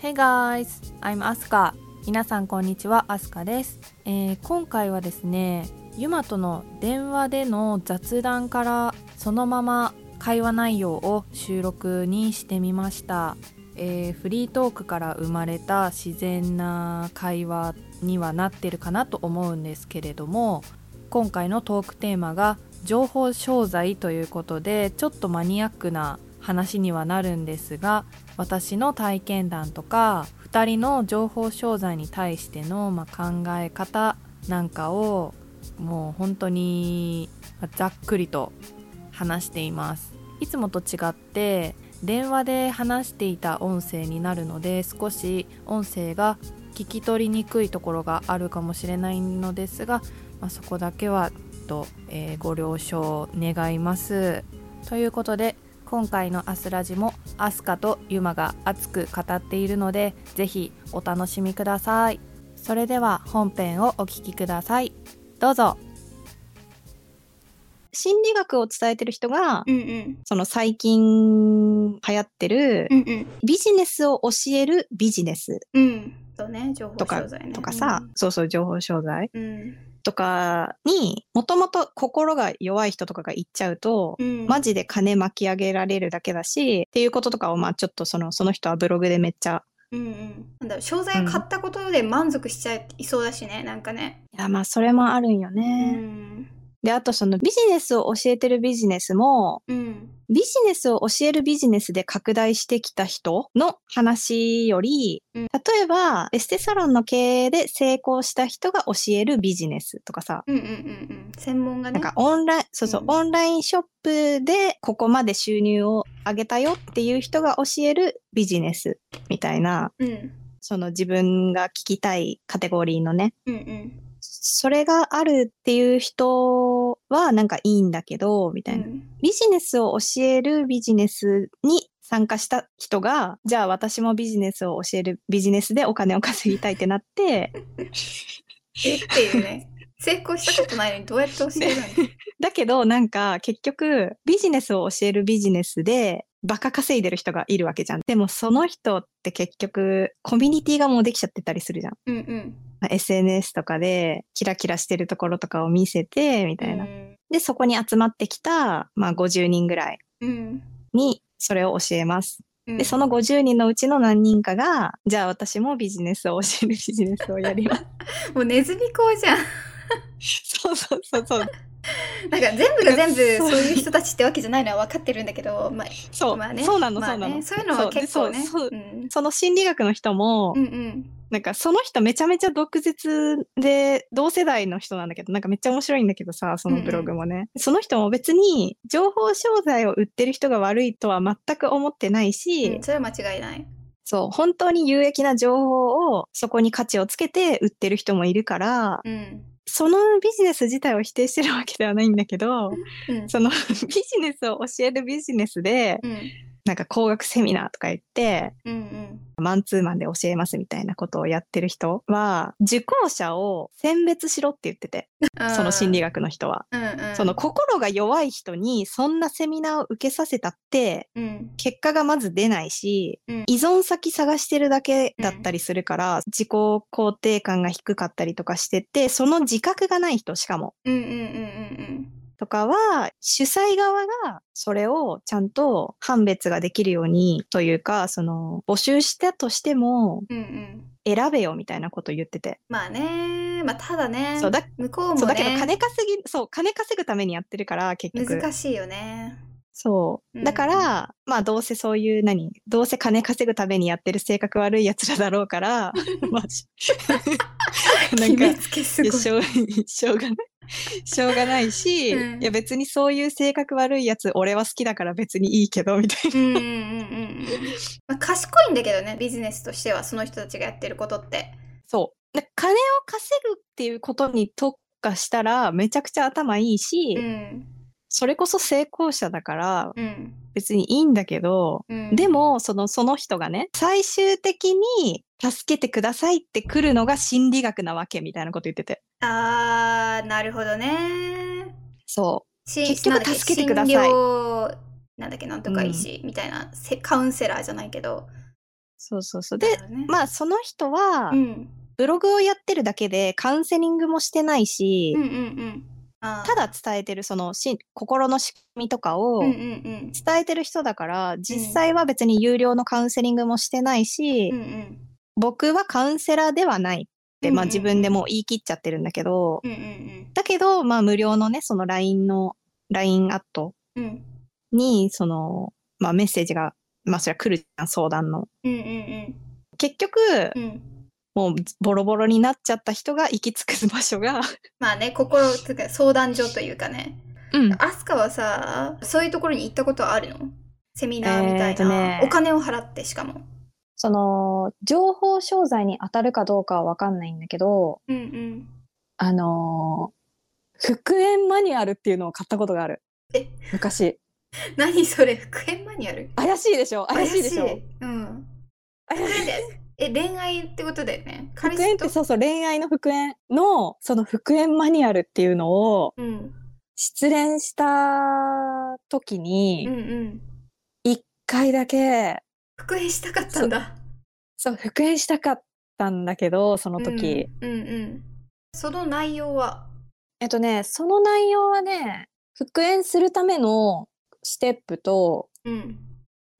Hey guys, I'm Asuka 皆さんこんにちは、アスカです、えー今回はですね、ユマとの電話での雑談からそのまま会話内容を収録にしてみました、えーフリートークから生まれた自然な会話にはなってるかなと思うんですけれども今回のトークテーマが情報商材ということでちょっとマニアックな話にはなるんですが私の体験談とか2人の情報商材に対しての、まあ、考え方なんかをもう本当にまあざっくりと話していますいつもと違って電話で話していた音声になるので少し音声が聞き取りにくいところがあるかもしれないのですが、まあ、そこだけはと、えーご了承願いますということで今回の「アスラジ」もアスカとユマが熱く語っているのでぜひお楽しみくださいそれでは本編をお聞きくださいどうぞ心理学を伝えてる人が、うんうん。その最近流行ってるうんうん。ビジネスを教えるビジネスうん。そうね、情報とか商材ね。とかさ、そうそう情報商材うん。とかにもともと心が弱い人とかが行っちゃうと、うん。マジで金巻き上げられるだけだしっていうこととかをまあちょっとそのその人はブログでめっちゃうんうん。なんだろう、商材買ったことで満足しちゃいそうだしね、なんかね。いやまあそれもあるんようね、ん。であとそのビジネスを教えてるビジネスもうん。ビジネスを教えるビジネスで拡大してきた人の話より、うん例えばエステサロンの経営で成功した人が教えるビジネスとかさ、うんうんうんうん。専門がなね。んかオンライン、そうそう、うんオンラインショップでここまで収入を上げたよっていう人が教えるビジネスみたいな、うん。その自分が聞きたいカテゴリーのね、うんうん。それがあるっていう人はなんかいいんだけど、みたういな。ん。ビジネスを教えるビジネスに参加した人が、じゃあ私もビジネスを教えるビジネスでお金を稼ぎたいってなって、えっていうね。成功したことないのにどうやって教えるの だけどなんか結局ビジネスを教えるビジネスでバカ稼いでる人がいるわけじゃん。でもその人って結局コミュニティがもうできちゃってたりするじゃん。うんうん。まあ SNS とかでキラキラしてるところとかを見せてみたいな。で、そこに集まってきた、まあ50人ぐらいうん。にそれを教えます。うん。で、その50人のうちの何人かが、じゃあ私もビジネスを教えるビジネスをやります。もうネズミ講じゃん。 そうそうそうそう。なんか全部が全 そう部そういう人たちってわけじゃないのは分かってるんだけど、まあ、そう、まあねそうなの、まあそうなね、の。そういうのは結構ね。そうでそううそうんその心理学の人も、うんうん。なんかその人めちゃめちゃ毒舌で同世代の人なんだけどなんかめっちゃ面白いんだけどさそのブログもね、その人も別に情報商材を売ってる人が悪いとは全く思ってないし、うんそれは間違いない。そう本当に有益な情報をそこに価値をつけて売ってる人もいるからうん。そのビジネス自体を否定してるわけではないんだけどうん。その ビジネスを教えるビジネスで、うん。なんか工学セミナーとか言って、うんうん。マンツーマンで教えますみたいなことをやってる人は、受講者を選別しろって言ってて、その心理が、学の人は。うんうん、その、心が弱い人にそんなセミナーを受けさせたって、うん、結果がまず出ないし、うん依存先探してるだけだったりするから、自己肯定感が低かったりとかしてて、その自覚がない人しかも。うんうんうんうんとかは主催側がそれをちゃんと判別ができるようにというかその募集したとしてもうんうんうん。選べよみたいなこと言ってて、まあね、まあただね、そうだ向こうもね、そうだけど金稼ぎそう金稼ぐためにやってるから結局難しいよね。そううんだから、まあどうせそういう何どうせ金稼ぐためにやってる性格悪いやつらだろうから まあし なん決かめつけすいごやい。しょうしょうがない。 しょうがないし、うんいや別にそういう性格悪いやつ俺は好きだから別にいいけどみた いな。うんうんうんうん。まあ、賢いんだけどね、ビジネスとしては、その人たちがやってることって。そう。だ金を稼ぐっていうことに特化したらめちゃくちゃ頭いいし、うん。それこそ成功者だからうん。別にいいんだけど、うん、で、もそのその人がね最終的に助けてくださいって来るのが心理学なわけみたいなこと言ってて。あー、なるほどね。そう。し結局なんだっけ助けてください心療なんだっけ、なんとか医師みたいな、せカウンセラーじゃないけど、そうそうそう。で、なるほどねまあその人はう、ん、ブログをやってるだけでカウンセリングもしてないしうん、うんうんあーただ伝えてるそのし心の仕組みとかをうんうんうん伝えてる人だから、実際は別に有料のカウンセリングもしてないし、うんうん僕はカウンセラーではないって、まあうんうん自分でもう言い切っちゃってるんだけど、うんうんだけど、まあ無料のね、その LINE の、LINE アットうんうんに、その、まあメッセージが、まあそれは来るじゃん、相談の。うんうん結局、うんうんもうボロボロになっちゃった人が行き着く場所が、まあね心とか相談所というかねうん。アスカはさそういうところに行ったことはあるのセミナーみたえーいとな、ねお金を払ってしかもその、情報商材に当たるかどうかはわかんないんだけど、うんうんあのー復縁マニュアルっていうのを買ったことがあるえ。昔。何それ復縁マニュアル怪しいでしょ怪しいでし怪ょうん怪そしいれでえ恋愛ってことだよね彼復縁氏ってとそうそう恋愛の復縁のその復縁マニュアルっていうのをうん失恋した時うんうにん一回だけ復縁したかったんだそう復縁したかったんだけどその時、うんうんうんその内容はえっとねその内容はね復縁するためのステップとうん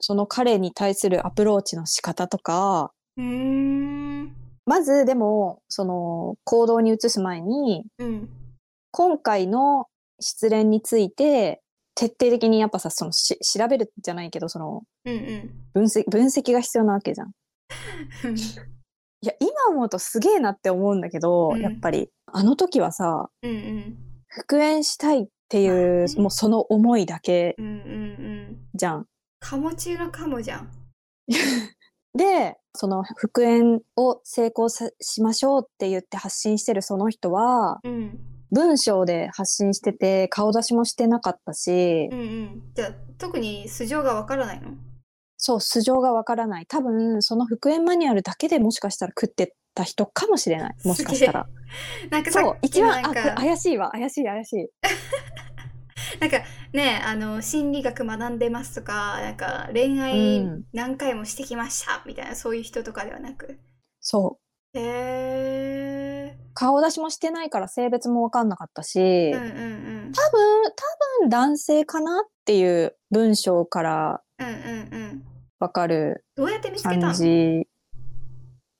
その彼に対するアプローチの仕方とかうーんまずでもその行動に移す前にうん今回の失恋について徹底的にやっぱさそのし調べるじゃないけどそのうんうん分析分析が必要なわけじゃん。いや今思うとすげえなって思うんだけど、うんやっぱりあの時はさうんうん復縁したいっていう、うんもうその思いだけうんうんうんじゃん。カモ中のカモじゃんでその復縁を成功さしましょうって言って発信してるその人はうん文章で発信してて顔出しもしてなかったし、うんうんじゃあ特に素性がわからないのそう素性がわからない多分その復縁マニュアルだけでもしかしたら食ってた人かもしれないもしかしたら。なん かさそうっき一の番なあんこかれ怪しいわ怪しい怪しい。なんかねあの心理学学んでますとかなんか恋う愛ん何回もしてきましたみたいなそういう人とかではなくそうへえ顔出しもしてないから性別も分かんなかったし、ー、う多ん分うん多分男性かなっていう文章からうんうんうんうん分かるどうやって見つけた感のじ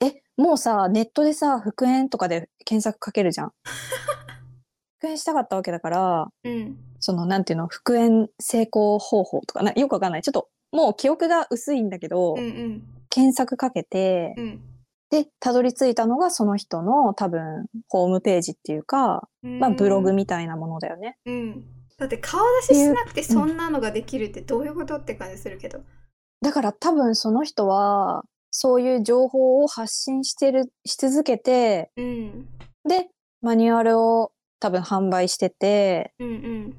えもうさネットでさ復縁とかで検索かけるじゃ ん復縁したかったわけだからうんそのなんていうの復縁成功方法とかなよくわかんないちょっともう記憶が薄いんだけど、うんうん検索かけてうんでたどり着いたのがその人の多分ホームページっていうか、うんまあ、ブログみたいなものだよね。うんだって顔出ししなくてそんなのができるってどういうことって感じするけどだから多分その人はそういう情報を発信してるし続けてうんでマニュアルを多分販売しててうんうん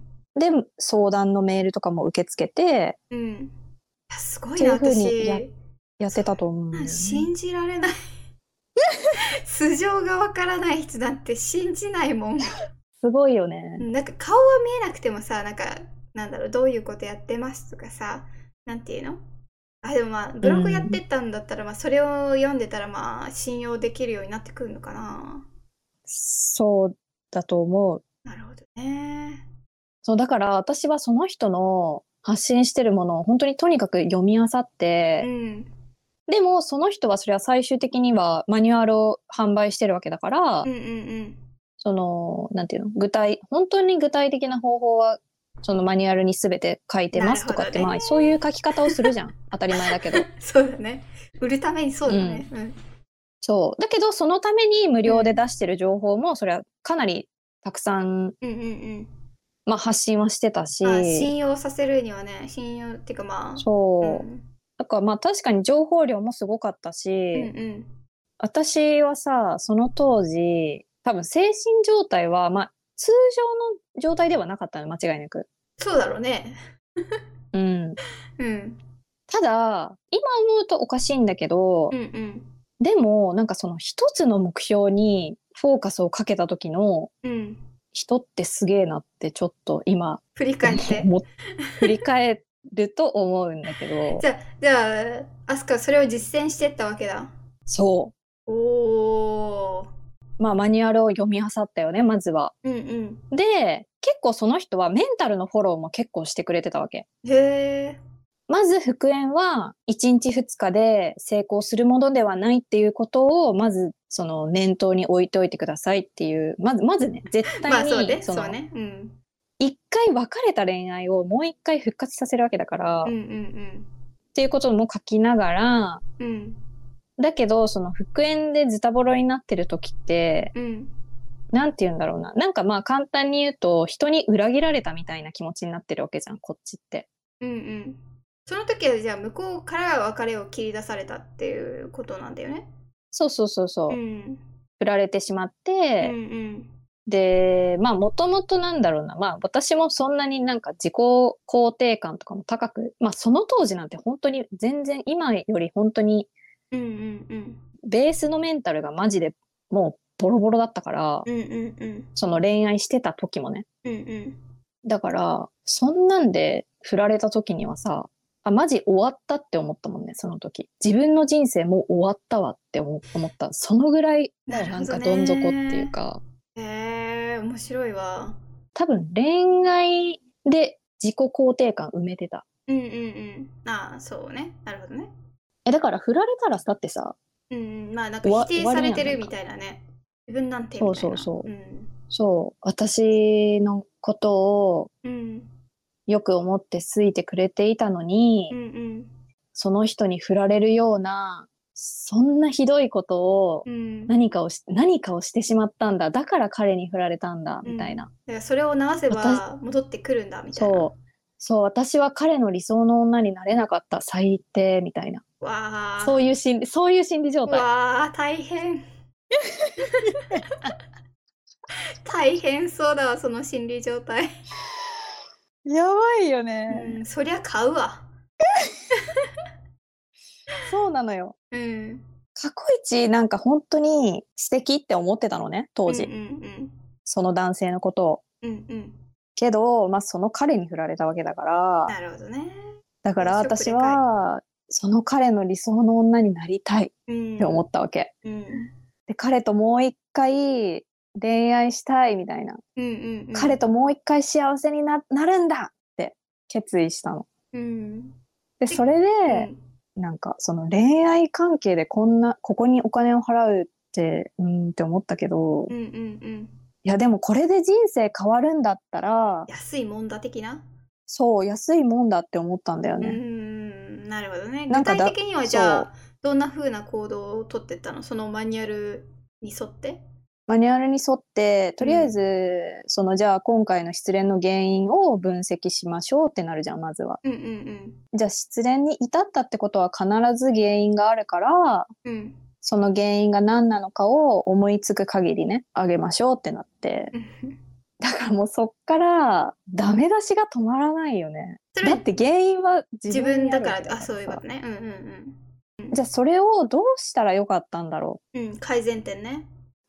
で相談のメールとかも受け付けてうんいやすごいなっていうふうに私ややってたと思うんだよね、信じられない 素性がわからない人なんて信じないもんすごいよね、なんか顔は見えなくてもさなんかなんだろうどういうことやってますとかさなんていうのあでもまあブログやってたんだったら、まあそれを読んでたらまあ信用できるようになってくるのかなそうだと思うなるほどねそうだから私はその人の発信してるものを本当にとにかく読み漁ってう、んでもその人はそれは最終的にはマニュアルを販売してるわけだから、うんうんうんその、なんていうの、具体、本当に具体的な方法は、そのマニュアルに全て書いてますとかって、なるほどねまあ、そういう書き方をするじゃ ん。当たり前だけど。そうだね売るためにそうだねうんそう。だけど、そのために無料で出してる情報も、それはかなりたくさん、うんうんまあ、発信はしてたしうん、まあ信用させるにはね信用っていうかまあそうう。んだから、まあ、確かに情報量もすごかったうし、んうん私はさ、その当時、多分精神状態は、まあ、通常の状態ではなかったの、間違いなく。そうだろうねうん。うんただ、今思うとおかしいんだけど、うんうんでも、なんかその一つの目標にフォーカスをかけた時のうん人ってすげえなってちょっと今振り返っても振り返っると思うんだけどじゃあじゃあアスカはそれを実践してったわけだそおおうまあマニュアルを読み漁ったよねまずは。うんうんで結構その人はメンタルのフォローも結構してくれてたわけ。へえまず復縁は1日2日で成功するものではないっていうことをまずその念頭に置いておいてくださいっていうまずまずね絶対にまあそうねそそうのねうん一回別れた恋愛をもう一回復活させるわけだから、うっんうんていうことも書きながらうんうんだけどその復縁でズタボロになってる時ってうんなんて言うんだろうななんかまあ簡単に言うと人に裏切られたみたいな気持ちになってるわけじゃんこっちって。うんうんその時はじゃあ向こうから別れを切り出されたっていうことなんだよねそうそうそうそう、うん振られてしまっうんうて、んでまあもともとなんだろうなまあ私もそんなになんか自己肯定感とかも高くまあその当時なんて本当に全然今より本当にうんうんうんベースのメンタルがマジでもうボロボロだったから、うんうんうんその恋愛してた時もねうんうんだから、そんなんで振られた時にはさ、あ、マジ終わったって思ったもんね、その時。自分の人生もう終わったわって思思った。そのぐらい、もうなんかどん底っていうか、へえ面白いわ多分恋愛で自己肯定感埋めてた。うんうんうんああそうねなるほどねえ、だから振られたらだってさ、うんうんまあなんかわ否定されてるみたいなね自分なんてみたいなそうそうそううんそう、私のことをうんよく思って好いてくれていたのに、うんうんその人に振られるような、そんなひどいことをうんだか何かをし何かをしてしまったんだだから彼に振られたんだみたいな、らそれを直せば戻ってくるんだみたいなそうそう私は彼の理想の女になれなかった最低みたいなわあそういう心理そういう心理状態わあ大変大変そうだわその心理状態、やばいようね。ん、そりゃ買うわそうなのようん過去一なんか本当に素敵って思ってたのね当時、うんうんその男性のことをうんうんうんけど、まあ、その彼に振られたわけだからなるほどねだからショック私でかいはその彼の理想の女になりたいっうんて思ったわけ、うんで彼ともう一回恋愛したいみたいなうんうんうん彼ともう一回幸せにななるんだって決意したの。うんででそれうで、んなんかその恋愛関係でこんなここにお金を払うってうーんって思ったけど、ういんうんうんやでもこれで人生変わるんだったら安いもんだ的な、そう安いもんだって思ったんだようーね。んなるほどねな具んかだ体的にはじゃあどんな風な行動をとってったのそのマニュアルに沿ってマニュアルに沿ってとりあえず、そのじゃあ今回の失恋の原因を分析しましょうってなるじゃんまずは。うんうんじゃあ失恋に至ったってことは必ず原因があるからうんうんその原因が何なのかを思いつく限りね、あげましょうってなって。うんだからもうそっから、ダメ出しが止まらないよね。それだって原因は自自分分にあだるかわけらあそういうこさとねうんうんじゃあそれをどうしたらよかったんだろう。うんうん改善点ね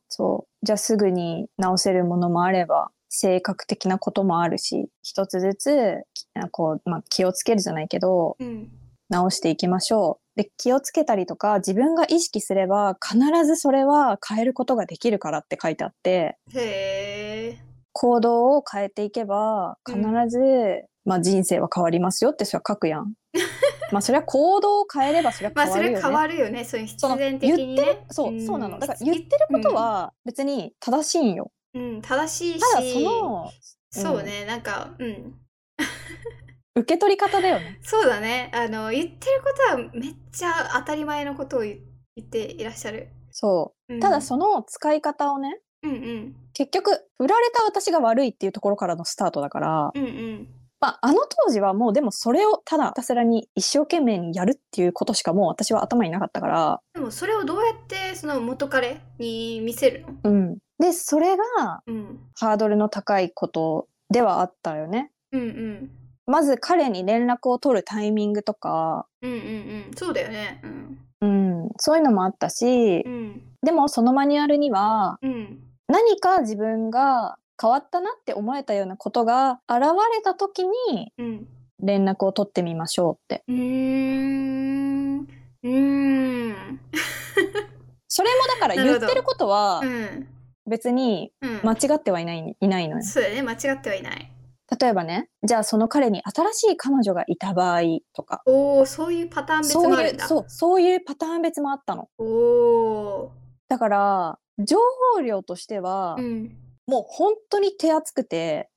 そう。じゃあすぐに直せるものもあれば、性格的なこともあるし、一つずつ、きこう、まあ、気をつけるじゃないけど、うん直していきましょう。で、気をつけたりとか、自分が意識すれば、必ずそれは変えることができるからって書いてあって、へえ行動を変えていけばう必んず、まあ人生は変わりますよってそれは書くやん。まあそれは行動を変えればそれはまあ変わそるれよね。変わるよねそういう必その然的言にってねるそう、んそうなの。だから言ってることは別に正しいんよ。うん正しいしただそのそうねなんかうん受け取り方だよね。そうだねあの言ってることはめっちゃ当たり前のことを言言っていらっしゃる、そうう。んただその使い方をね、うんうん結局振られた私が悪いっていうところからのスタートだから、うんうんまああの当時はもうでもそれをただひたすらに一生懸命にやるっていうことしかもう私は頭になかったから、でもそれをどうやってその元彼に見せるのうん。で、それがうんハードルの高いことではあったよね。うんうんまず彼に連絡を取るタイミングとか、うんうんうんそうだよねうんうん、そういうのもあったしう、んでもそのマニュアルにはうん何か自分が変わったなって思えたようなことが現れた時にうん連絡を取ってみましょうって。うーん。うーん。それもだからなる言ほどってることはうん。別にうん。間違ってはいないいないのよ。そうだね、間違ってはいない。例えばね、じゃあその彼に新しい彼女がいた場合とか、おお、そういうパターン別そうもあいるんう、だ。そう、そういうパターン別もあったの。おお。だから、情報量としては、うん。もう本当に手厚くて、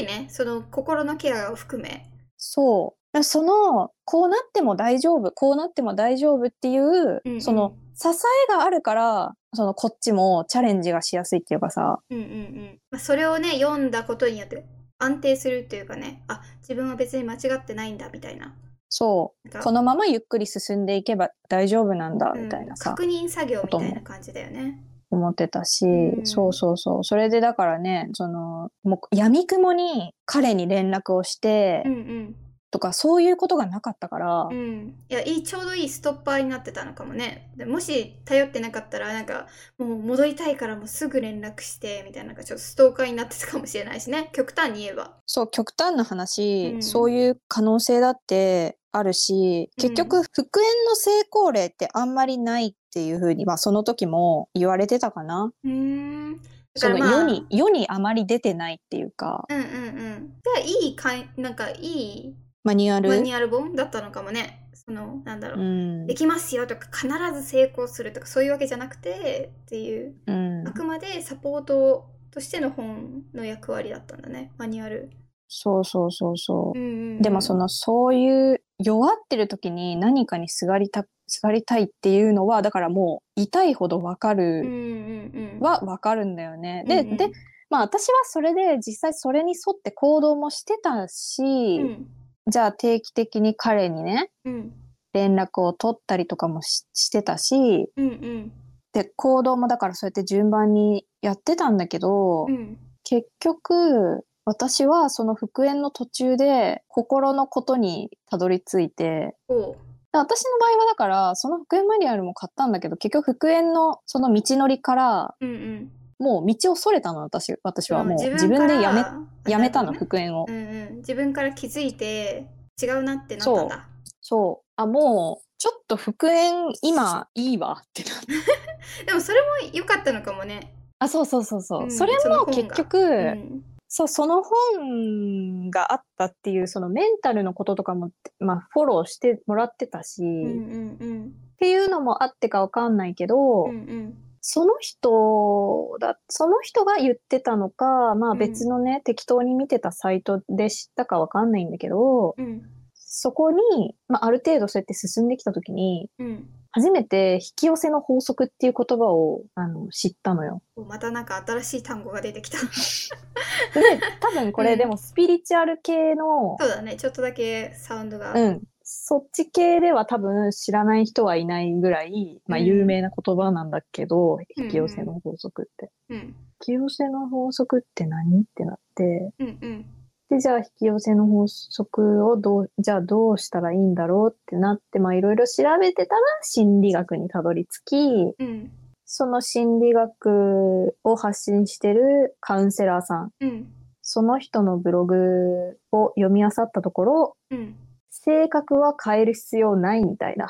いいね、その心のケアを含め。そう。だからその、こうなっても大丈夫、こうなっても大丈夫っていう、うんうんその、支えがあるから、その、こっちもチャレンジがしやすいっていうかさ、うんうんうん。まあ、それをね、読んだことによって安定するっていうかね、あ、自分は別に間違ってないんだみたいな。そなんう、かこのままゆっくり進んでいけば大丈夫なんだ、うんみたいなさ、確認作業みたいな感じだよね。思ってたし、うんそうそうそう。それでだからね、その、もう、やみくもに彼に連絡をして、うんうん。とか、そういうことがなかったから、うん、いやいいちょうどいいストッパーになってたのかもねでもし頼ってなかったらなんかもう戻りたいからもうすぐ連絡してみたいななんかちょっとストーカーになってたかもしれないしね極端に言えばそう極端な話、うんそういう可能性だってあるしうん結局復縁の成功例ってあんまりないっていうふうに、まあ、その時も言われてたかなうーんだそからのまあ世に世にあまり出てないっていうかうんうんうんじゃあいいかいなんかいいマニュアルマニュアル本だったのかもねそのなんだろう、うんできますよとか必ず成功するとかそういうわけじゃなくてっていううんあ、くまでサポートとしての本の役割だったんだねマニュアル、そうそうそうそうう、んうんうんでもそのそういう弱ってる時に何かにすがりたすがりたいっていうのはだからもう痛いほどわかうんうる、んうんはわかるんだよね。で、うんうんでまあ私はそれで実際それに沿って行動もしてたし、うんじゃあ定期的に彼にねうん連絡を取ったりとかもししてたしうんうんで行動もだからそうやって順番にやってたんだけど、うん結局私はその復縁の途中で心のことにたどり着いておうで私の場合はだからその復縁マニュアルも買ったんだけど結局復縁のその道のりからうんうんもう道をそれたの私私はもうその自分からでやめ やめたのなる復縁をほど。ねうんうん自分から気づいて違うなってなったんだそう。あ、もう、ちょっと復縁、今、いいわってなった。でもそれも良かったのかもねあ、そうそうそうそう。うんそれそのも本が結局、うんそう、その本があったっていう、そのメンタルのこととかも、まあ、フォローしてもらってたし、うんっうんうんていうのもあってかわかんないけど、うんうんその人だ、その人が言ってたのか、まうあん別のね、適当に見てたサイトで知ったかわかんないんだけど、うんそこに、まあある程度そうやって進んできたときに、うん初めて引き寄せの法則っていう言葉をあの知ったのよ。おまたなんか新しい単語が 出てきたそで、多分こうれんでもスピリチュアル系の、うだねちょっとだけサウンドがうん、そっち系では多分知らない人はいないぐらい、まあうん有名な言葉なんだけど、うん引き寄せの法則って。うん引き寄せの法則って何ってなって、うんうんで、じゃあ引き寄せの法則をどう、じゃあどうしたらいいんだろうってなって、まあいろいろ調べてたら心理学にたどり着き、うんその心理学を発信してるカウンセラーさん、うんその人のブログを読み漁ったところ、うん性格は変える必要ないみたいな。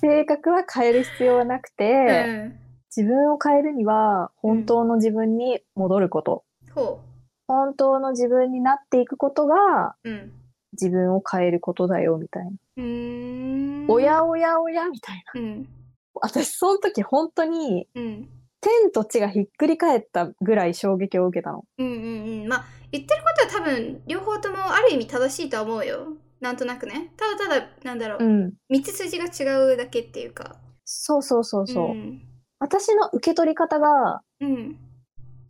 性格は変える必要はなくうて、ん自分を変えるには本当の自分に戻ること、ほ本当の自分になっていくことがううん自分を変えることだよみたいな。うーんおやおやおやみたいな。うん私その時本当にうん天と地がひっくり返ったぐらい衝撃を受けたの。うんうんうんまあ言ってることは多分両方ともある意味正しいとは思うよなんとなくねただただなんだろう、ん。道筋が違うだけっていうかそうそうそうそう。ん、私の受け取り方がうん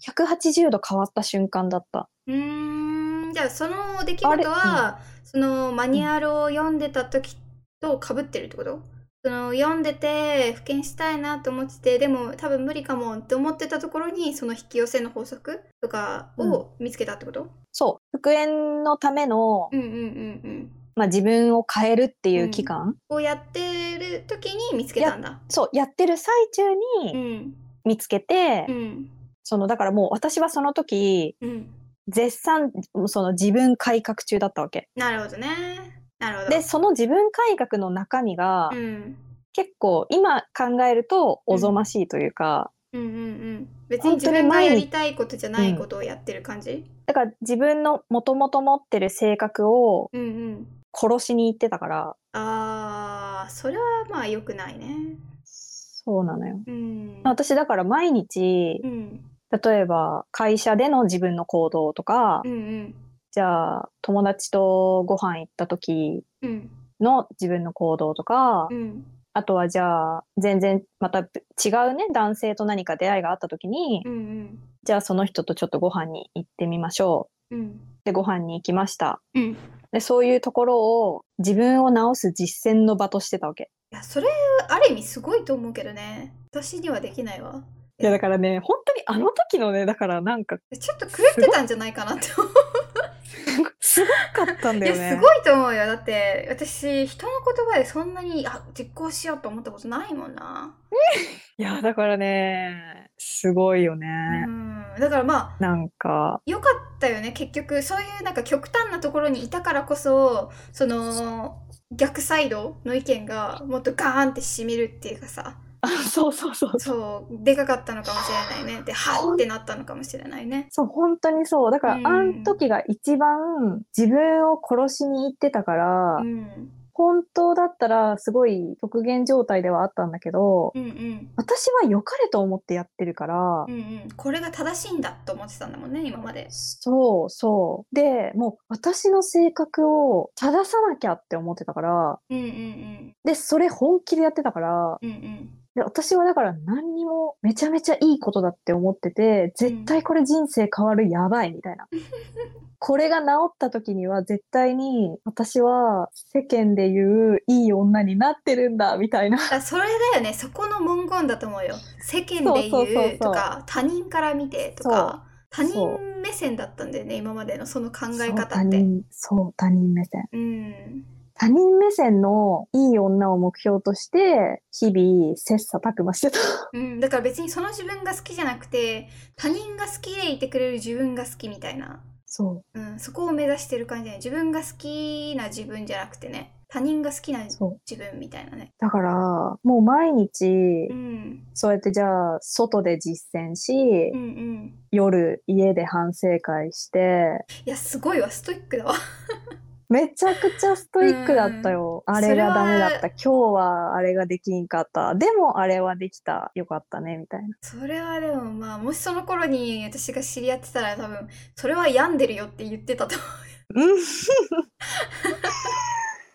180度変わった瞬間だった。うーんじゃあその出来あれ事は、そのマニュアルを読んでた時とかぶってるってこと、その読んでて復元したいなと思っててでも多分無理かもって思ってたところにその引き寄せの法則とかを見つけたってこと、そう。復縁のための、うん、うんうんうんまあ、自分を変えるっていう期間、こうやってる時に見つけたんだそう、やってる最中うにん見つけて、うんその、だからもう私はその時、うん絶賛その自分改革中だったわけ。なるほどね。なるほど。で、その自分改革の中身が、うん。結構今考えるとおぞましいというか、うんうんうん。別に本自当に分が毎日やりたいことじゃないことをやってる感じ、だから自分のもともと持ってる性格をうん、うんうん。殺しに行ってたから、あー、それはまあ良くないね。そうなのよ。うん。私だから毎日う、ん。例えば会社での自分の行動とか、うんうん。じゃあ友達とご飯行った時うん。の自分の行動とか、うん。あとはじゃあ全然また違うね、男性と何か出会いがあった時に、うんうん。じゃあその人とちょっとご飯に行ってみましょうん。う。で、ご飯に行きました。うん。いで、そういうところを自分を直す実践の場としてたわけ。や、それ、ある意味すごいと思うけどね。私にはできないわ。いや、だからね、本当にあの時のね、だからなんか、ちょっと狂ってたんじゃないかなって思う。すごかったんだいよ や、ね。すごいと思うよ。だって、私、人の言葉でそんなに、あ、実行しようと思ったことないもんな。いや、だからね、すごいよね。うん。だからまあ、なんか、よかったよね結局そういうなんか極端なところにいたからこそその逆サイドの意見がもっとガーンってしみるっていうかさあ そうそうそう。そうでかかったのかもしれないねではってなったのかもしれないねそう、本当にそう。だから、うんあん時が一番自分を殺しに行ってたから、うん本当だったらすごい極限状態ではあったんだけど、うんうん私は良かれと思ってやってるから、うんうんこれが正しいんだと思ってたんだもんね今までそうそう。で、もう私の性格を正さなきゃって思ってたから、うんうんで、それ本気でやってたから、うんうんうんで私はだから何にもめちゃめちゃいいことだって思ってて、絶対これ人生変わるやばいみたいな。これが治った時には絶対に私は世間で言ういい女になってるんだみたいな。だからそれだよねそこの文言だと思うよ世間でそうそうそう言そううとか他人から見てとそうか他そ人目線だったんだよね今までのその考えそう方他って人そう、他人目線。うん他人目線のいい女を目標として、日々切磋琢磨してた。うん、だから別にその自分が好きじゃなくて他人が好きでいてくれる自分が好きみたいな、そう。うん、そこを目指してる感じだね自分が好きな自分じゃなくてね他人が好きな自そう。分みたいなねだから、もう毎日う、んそうやってじゃあ、外で実践しうんう、ん夜、家で反省会して、いやすごいわストイックだわ めちゃくちゃストイックだったよ。あれがダメだっそた。今日はあれができんかった。でもあれはできた。よかったね、みたいな。それはでもまあもしその頃に私が知り合ってたら多分それは病んでるよって言ってたと思 うん。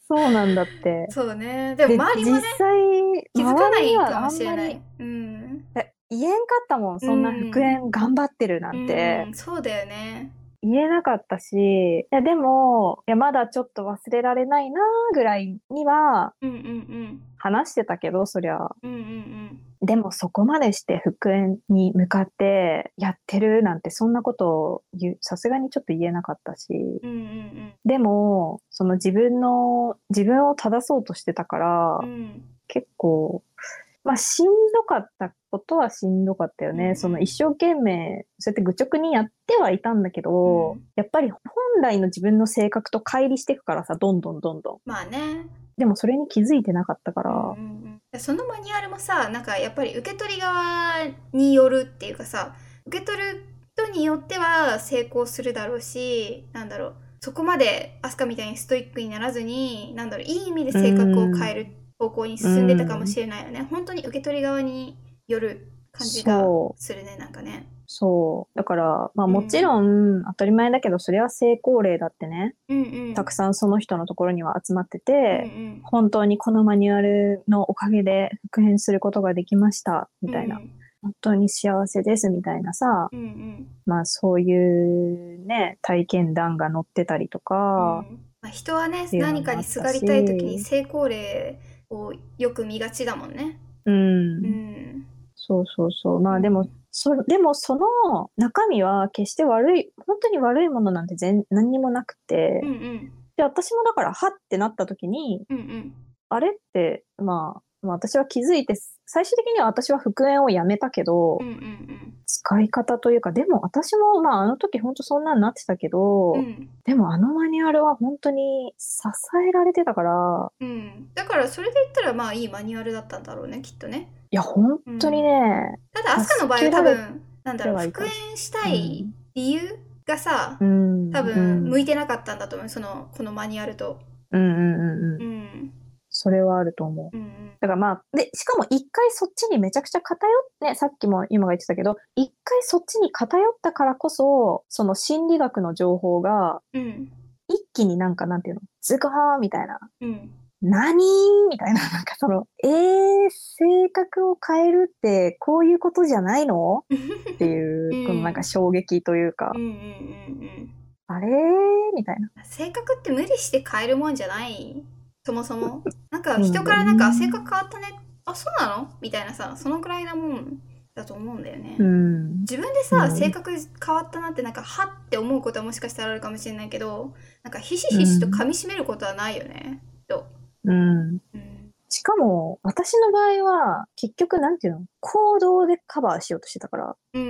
そうなんだってう。そうねでもで周りも実ね際、気づかな周りにいはかもしれなあんまいうんり。え言えんかったもん、そんな復縁頑張ってるなんて。うん、そうだよね言えなかったし、いやでも、いやまだちょっと忘れられないなぐらいにはうんうん話してたけど、そりゃ。うんうんうんうんでもそこまでして復縁に向かってやってるなんてそんなことを言うさすがにちょっと言えなかったし、うんうんでも、その自分の、自分を正そうとしてたから、うんうん結構、まあしんどかったことはしんどかったようんうね。んその一生懸命、そうやって愚直にやってはいたんだけど、うんやっぱり本来の自分の性格と乖離していくからさ、どんどんどんどん。まあね、でもそれに気づいてなかったかうんら、うんうん、そのマニュアルもさなんかやっぱり受け取り側によるっていうかさ受け取る人によっては成功するだろうしなんだろうそこまでアスカみたいにストイックにならずになんだろういい意味で性格を変える方向に進んでたかもしれないよね、本当に受け取り側による感じがそうするねなんかね。そう。だから、まあうんもちろん当たり前だけど、それは成功例だってね、うんうん、たくさんその人のところには集まってうんて、うん本当にこのマニュアルのおかげで復縁することができました、みたいな。うん本当に幸せです、みたいなさ、うんうんまあそういうね、体験談が載ってたりとか、うんまあ、人はねていうのも何かにすがりたい時に成功例をよく見がちだもんね。うん、うん、そうそうそう。まあでも、そでもその中身は決して悪い、本当に悪いものなんて全何にもなくて、うんうんで、私もだから、はってなった時に、うんうんあれって、まあ、まあ私は気づいて、最終的には私は復縁をやめたけど、うんうん使い方というか、でも私もまああの時本当そんなんなってたけど、うんうんでもあのマニュアルは本当に支えられてたから、うんだからそれで言ったらまあいいマニュアルだったんだろうねきっとねいや本当にね、ただアスカの場合は多分なんだろうそれはいい復か縁したい理由がさうん、多うん分向いてなかったんだと思うそのこのマニュアルとうんうんうんう。うんんそれはあると思う。うんだからまあ、で、しかも一回そっちにめちゃくちゃ偏って、さっきも今が言ってたけど、一回そっちに偏ったからこそ、その心理学の情報が、うん一気になんかなんていうの、ズコーンみたいな、うん何みたいな、なんかその、えー、性格を変えるってこういうことじゃないのうんっていう、うんこのなんか衝撃というかう、んうんうんあれーみたいな。性格って無理して変えるもんじゃないそもそもなんか人からなんか性格変わったねあそうなのみたいなさそのくらいなもんだと思うんだよね、うん。自分でさ、うん性格変わったなってなんかはって思うことはもしかしたらあるかもしれないけどなんかひしひしと噛みしめることはないよね、うん。うん、しかも、私の場合は、結局なんていうの、行動でカバーしようとしてたから、うんうんう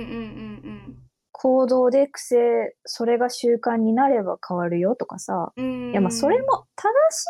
ん行動で癖、それが習慣になれば変わるよとかさ。うんうんいや、まあ、それも正し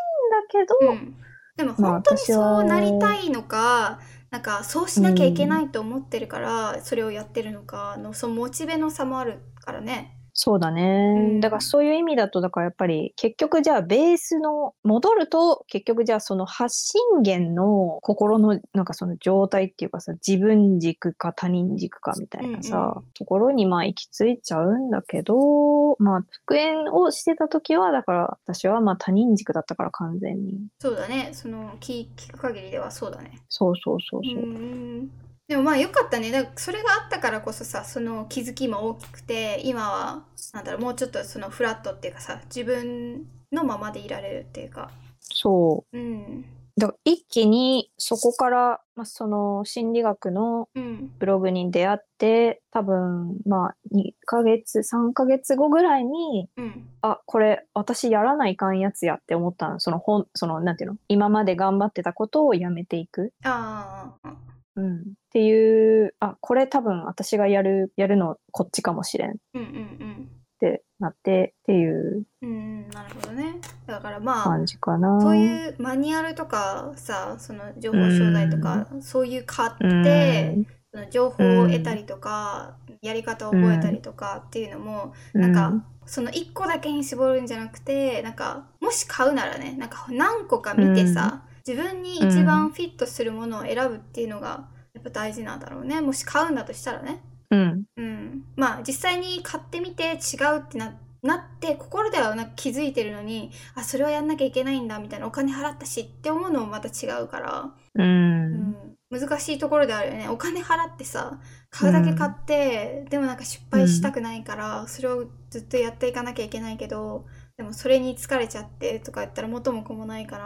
いんだけど、うんでも本当にそうなりたいのか、なんかそうしなきゃいけないと思ってるから、それをやってるのかのそのモチベの差もあるからね。そうだね、うんだからそういう意味だと、だからやっぱり、結局じゃあベースの、戻ると、結局じゃあその発信源の心の、なんかその状態っていうかさ、自分軸か他人軸かみたいなさ、うんところにまあ行き着いちゃうんだけど、まあ、復縁をしてた時は、だから私はまあ他人軸だったから完全に。そうだねその聞聞く限りではそうだね。そうそうそううそう。んでもまあよかったねだからそれがあったからこそさその気づきも大きくて今はなんだろうもうちょっとそのフラットっていうかさ自分のままでいられるっていうか。そう。うんだから一気にそこから、まあ、その心理学のうんブログに出会って多分まあ2ヶ月3ヶ月後ぐらいにうんあこれ私やらないかんやつやって思ったのその本そのなんていうの今まで頑張ってたことをやめていく、ああうん、っていうあこれ多分私がやるやるのこっちかもしれんっうんうんてなってっていううんうんなるほどねだからまあ、感じかな。そういうマニュアルとかさその情報商材とか、そういう買って、その情報を得たりとか、やり方を覚えたりとかっていうのも、うん、なんかその1個だけに絞るんじゃなくてなんかもし買うならねなんか何個か見てさ、自分に一番フィットするものを選ぶっていうのがやっぱ大事なんだろうねもし買うんだとしたらね。うん、うん、うん、まあ実際に買ってみて違うってななって心ではなんか気づいてるのにあそれはやんなきゃいけないんだみたいなお金払ったしって思うのもまた違うから、うんう、ん、難しいところであるよねお金払ってさ買うだけ買って、でもなんか失敗したくないから、それをずっとやっていかなきゃいけないけどでもそれに疲れちゃってとか言ったら元も子もないから、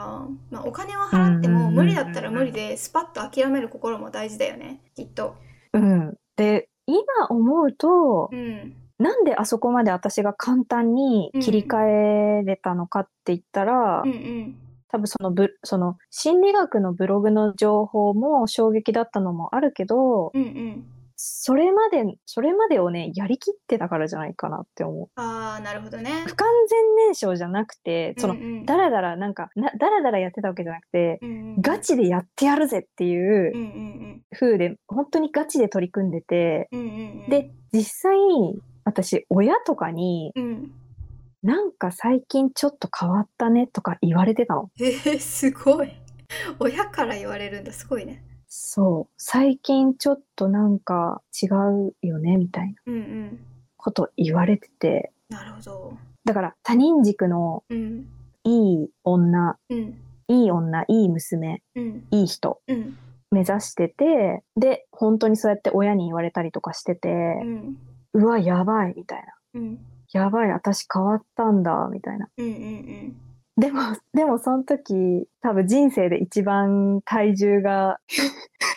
まあ、お金は払ってもうん無理だったら無理でスパッと諦める心も大事だよねきっと。うん、で今思うとう、んなんであそこまで私が簡単に切り替えれたのかって言ったら、うんうん多分そのブその心理学のブログの情報も衝撃だったのもあるけど、うんうんそれまでそれまでをねやりきってたからじゃないかなって思ああなるほどねう。不完全燃焼じゃなくてその、うんうんだらだらなんかなだらだらやってたわけじゃなくて、うんうんガチでやってやるぜっていううんうん風で本当にガチで取り組んでて、うんうんうんうんで実際私親とかにうんなんか最近ちょっと変わったねとか言われてたの。えー、すごい親から言われるんだすごいねそう。最近ちょっとなんか違うよねみたいなうんうんこと言われてて。なるほどだから他人軸のうんいい女、うんいい女、いい娘、うんいい人うん目指してて、で、本当にそうやって親に言われたりとかしてて、うんうわ、やばいみたいな。うんやばい、私変わったんだみたいな。うんうんでも、でもその時、多分人生で一番体重が、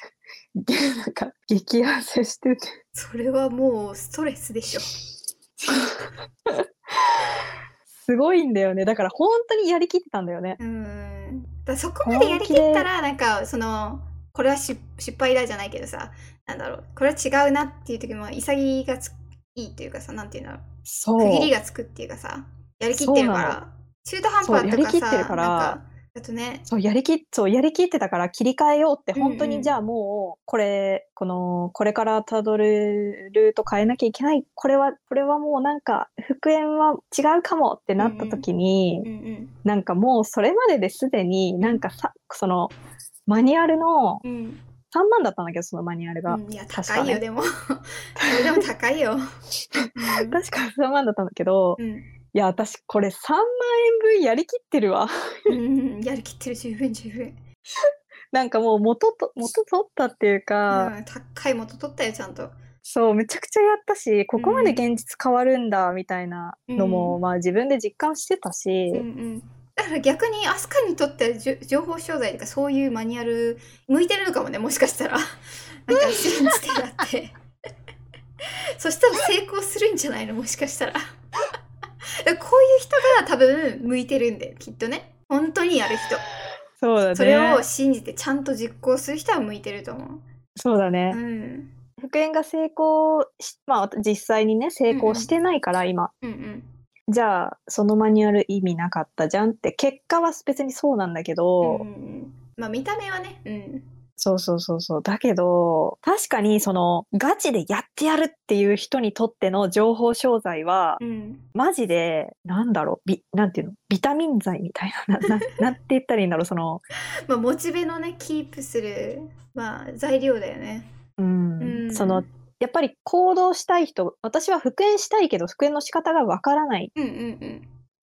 なんか激痩せしてて。それはもうストレスでしょすごいんだよね。だから本当にやりきってたんだよね。うーんだそこまでやりきったらなんかそのこれはし失敗だじゃないけどさなんだろうこれは違うなっていう時も潔がついいっていうかさなんていうんだろそうう区切りがつくっていうかさやりきってるかそうなら中途半そう端やとりかきさってるからなんかだとねそうやりきそうやりきってたから切り替えようってうんうん本当にじゃあもうこれ、このこれからたどるルート変えなきゃいけないこれはこれはもうなんか復縁は違うかもってなった時に、うんうんなんかもうそれまでですでになんかさそのマニュアルのうん3万だったんだけどそのマニュアルが、うんいや確高かいよねでも それでも 高いようん確か3万だったんだけど、いうんや私これ3万円分やりきってるわ うんやりきってる十分十分なんかもう元と元取ったっていうか、うん高い元取ったよちゃんとそうめちゃくちゃやったしここまで現実変わるんだみたいなのも、うんまあ自分で実感してたし、うんうんだから逆にアスカにとってじゅ情報商材とかそういうマニュアル向いてるのかもねもしかし たらなんか信じてやって そしたら成功するんじゃないのもしかしたらだ からこういう人が多分向いてるんできっとね本当にやる人そうだねそれを信じてちゃんと実行する人は向いてると思そうだねう、うん、復縁が成功しまあ実際にね成功してないから今、うんうんじゃあそのマニュアル意味なかったじゃんって結果は別にそうなんだけうんど、うんまあ見た目はねうんそうそうそうそうだけど確かにそのガチでやってやるっていう人にとっての情報商材は、うんマジでなんだろうビなんていうのビタミン剤みたいななな なんて言ったらいいんだろうそのまあモチベのねキープするまあ材料だよねうん、うんそのやっぱり行動したい人私は復縁したいけど復縁の仕方がわからないうんうん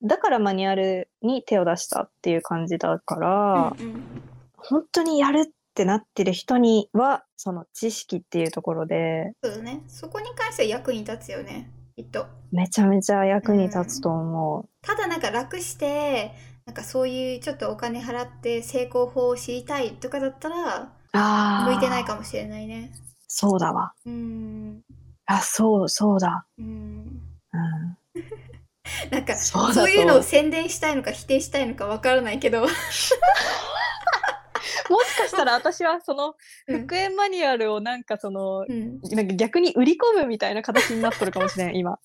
うんだからマニュアルに手を出したっていう感じだから、うんうん本当にやるってなってる人にはその知識っていうところでそうだねそこに関しては役に立つよねきっとめちゃめちゃ役に立つと思ただなんか楽してなんかそういうちょっとお金払って成功法を知りたいとかだったらう、ああ向いてないかもしれないねそうだわうんあそうそうだうんうんなんかそうだとそういうのを宣伝したいのか否定したいのかわからないけどもしかしたら私はそのうん復縁マニュアルをなんかそのうんなんか逆に売り込むみたいな形になっとるかもしれん今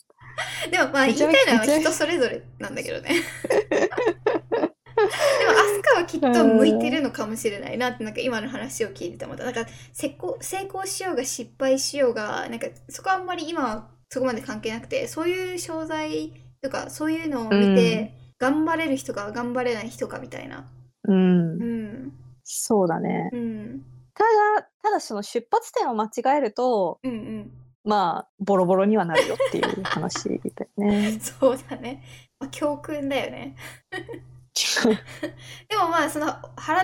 でもまあ言めいちゃためちゃいのはめちゃめち人ゃそれぞれなんだ けどねでもアスカはきっと向いてるのかもしれないなってなんか今の話を聞いてて思ったなんか成功成功しようが失敗しようがなんかそこはあんまり今はそこまで関係なくてそういう商材とかそういうのを見て、頑張れる人か頑張れない人かみたいなうんうんそうだねうんただただその出発点を間違えるとうんうんまあボロボロにはなるよっていう話みたいね そうだね、まあ、教訓だよねでもまあその払っ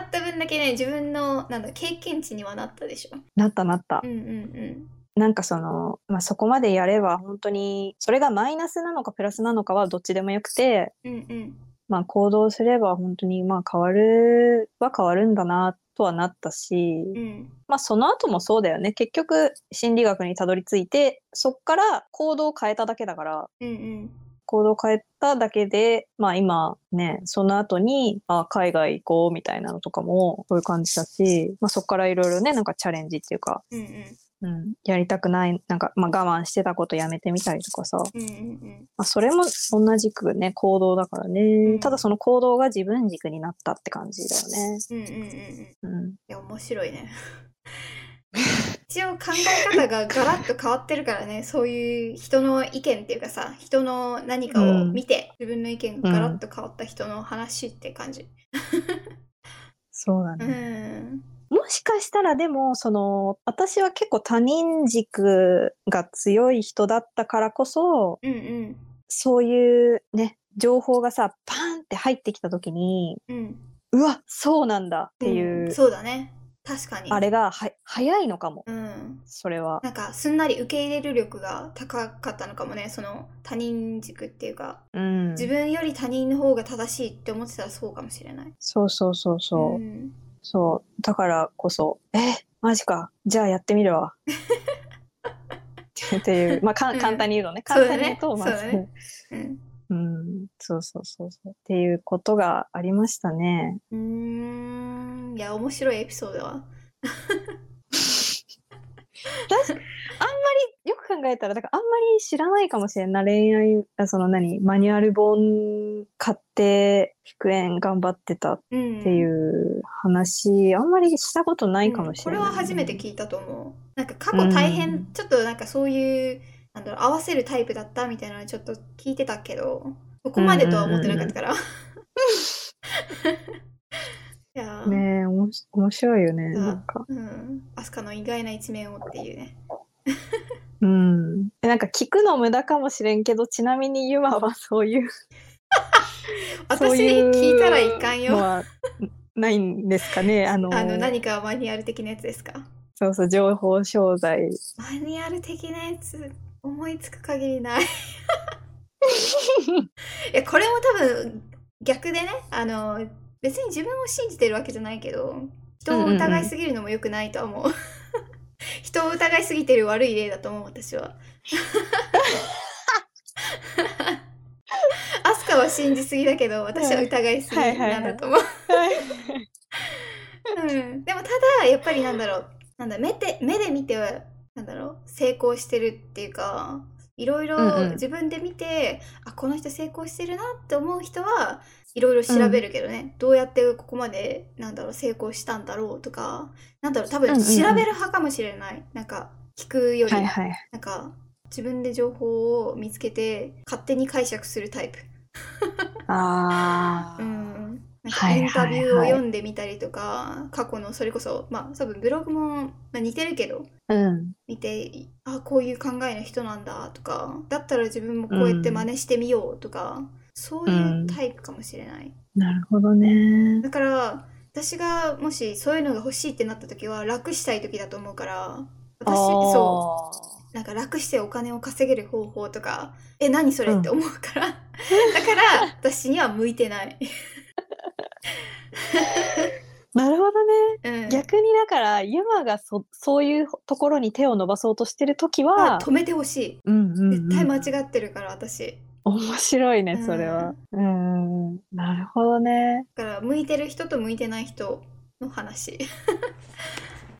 た分だけね自分のなんだ経験値にはなったでしょなったなったうんうんなんかその、まあ、そこまでやれば本当にそれがマイナスなのかプラスなのかはどっちでもよくてうんうんうんまあ行動すれば本当にまあ変わるは変わるんだなとはなったし、うんまあその後もそうだよね結局心理学にたどり着いてそっから行動を変えただけだからうんうん行動を変えただけでまあ今ねその後にあ海外行こうみたいなのとかもそういう感じだし、まあ、そっからいろいろねなんかチャレンジっていうか、うんうんうん、やりたくないなんか、まあ、我慢してたことやめてみたりとかさ、まうんうんあ、それも同じくね行動だからんねただその行動が自分軸になったって感じだよね。うんうんうんうんいうんや面白いね一応考え方がガラッと変わってるからねそういう人の意見っていうかさ人の何かを見て、自分の意見がガラッと変わった人の話って感じそうだね、うんもしかしたらでもその私は結構他人軸が強い人だったからこそうんうんそういうね情報がさパーンって入ってきた時にうんっうわそうなんだっていう、そうだね確かにあれがは早いのかもうんそれは。なんかすんなり受け入れる力が高かったのかもねその他人軸っていうかうん、自分より他人の方が正しいって思ってたらそうかもしれない。そうそうそうそう、んそうだからこそえマジかじゃあやってみる わ。っていうまあかんうん簡単に言うのね、そう簡単だにね言うとまあそうだねうん うん、そうそうそうそう。っていうことがありましたね。うーんいや面白いエピソードだわよく考えたら、だからあんまり知らないかもしれんない。恋愛、あその何、マニュアル本買って、復縁頑張ってたっうんていう話、あんまりしたことないかもしれない、うんこれは初めて聞いたと思うなんか過去大変、うんちょっとなんかそういうなんだろう合わせるタイプだったみたいなのちょっと聞いてたけどここまでとは思ってなかったから、 いやーねえ、おもし面白いよね。うんなんか。うんアスカの意外な一面をっていうねうん。えなんか聞くの無駄かもしれんけど、ちなみにユマはそういう。私そういう聞いたらいかんのよはないんですか ね。あの、あの何かマニュアル的なやつですかそうそう、情報商材。マニュアル的なやつ思いつく限りないいやこれも多分逆でねあの別に自分を信じてるわけじゃないけど人を疑いすぎるのも良くないとは思う人を疑いすぎてる悪い例だと思う私はアスカは信じすぎだけど私は疑いすぎなんだと思ううんでもただやっぱりなんだろうなんだ目で目で見てはなんだろう成功してるっていうかいろいろうんうん自分で見て、あこの人成功してるなって思う人はいろいろ調べるけどね、どうやってここまでなんだろう成功したんだろうとかなんだろう多分うんうんうん調べる派かもしれない、なんか聞くより、はいはい。なんか自分で情報を見つけて勝手に解釈するタイプ。ああう。ん、なはんかいインタビュはーをいはい読んでみたりとか、過去のそれこそまあ多分ブログも、まあ、似てるけどうん。見てあこういう考えの人なんだとかだったら自分もこうやって真似してみようとか、そういうタイプかもしれない、なるほどね。だから私がもしそういうのが欲しいってなった時は楽したい時だと思うから私そううなんか楽してお金を稼げる方法とかえ何それって思うから、だから私には向いてない、なるほどね。うん、逆にだから、ユマがそそういうところに手を伸ばそうとしてるときはは、止めてほしいうんうんうん絶対間違ってるから私面白いね、それは。うん。なるほどね。だから向いてる人と向いてない人の話い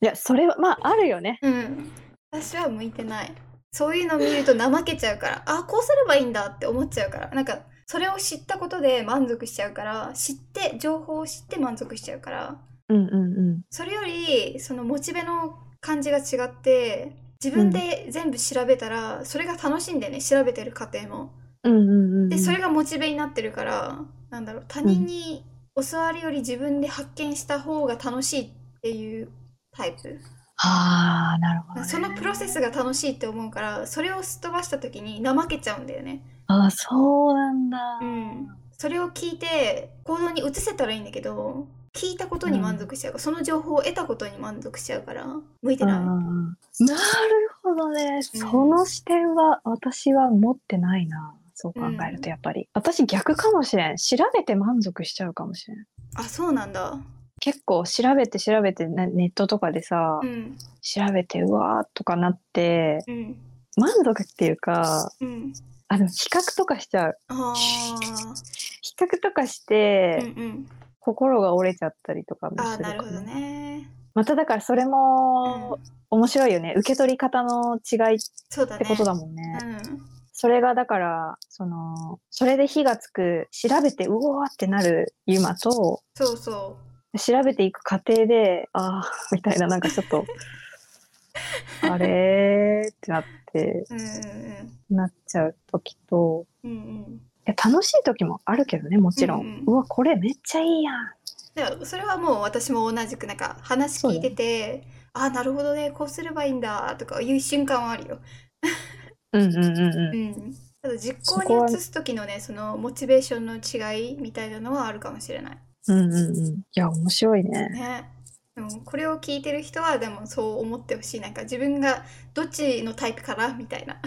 や、それは、まあ、あるよね。うん私は向いてないそういうの見ると怠けちゃうからあこうすればいいんだって思っちゃうからなんかそれを知ったことで満足しちゃうから知って情報を知って満足しちゃうからうんうんうん。それよりそのモチベの感じが違って自分で全部調べたら、それが楽しいんだよね調べてる過程もうんうんうんうん。でそれがモチベになってるからなんだろう他人に教わるより自分で発見した方が楽しいっていうタイプああ、なるほど、ね。そのプロセスが楽しいって思うからそれをすっ飛ばした時に怠けちゃうんだよねああ、そうなんだ。うんそれを聞いて行動に移せたらいいんだけど聞いたことに満足しちゃうから、その情報を得たことに満足しちゃうから向いてない、なるほどね。その視点は私は持ってないな。そう考えるとやっぱり。私逆かもしれん。調べて満足しちゃうかもしれん。あそうなんだ結構調べて調べてねネットとかでさ、うん調べてうわーとかなって、うん満足っていうか、うんあの比較とかしちゃう。あ比較とかして、ーうんうん心が折れちゃったりとかもすあーるなかるほどねまただからそれも面白いよね。受け取り方の違いっそうだてねことだもんね。うんそれがだから、その、それで火がつく、調べてうおーってなるユマと、そうそう調べていく過程で、ああ、みたいな、なんかちょっと、あれーってなって、うんうんなっちゃう時と、うんうんうんいや楽しい時もあるけどね、もちろん。ううんうんわ、これめっちゃいいやん。でもそれはもう私も同じくなんか話聞いてて、あなるほどねこうすればいいんだとかいう瞬間はあるよ。うんうんうんううん。ん、ただ実そこ行はに移す時のねそのモチベーションの違いみたいなのはあるかもしれない。うんうんうん。いや、面白いね。ね、でもこれを聞いてる人はでもそう思ってほしいなんか自分がどっちのタイプかなみたいな。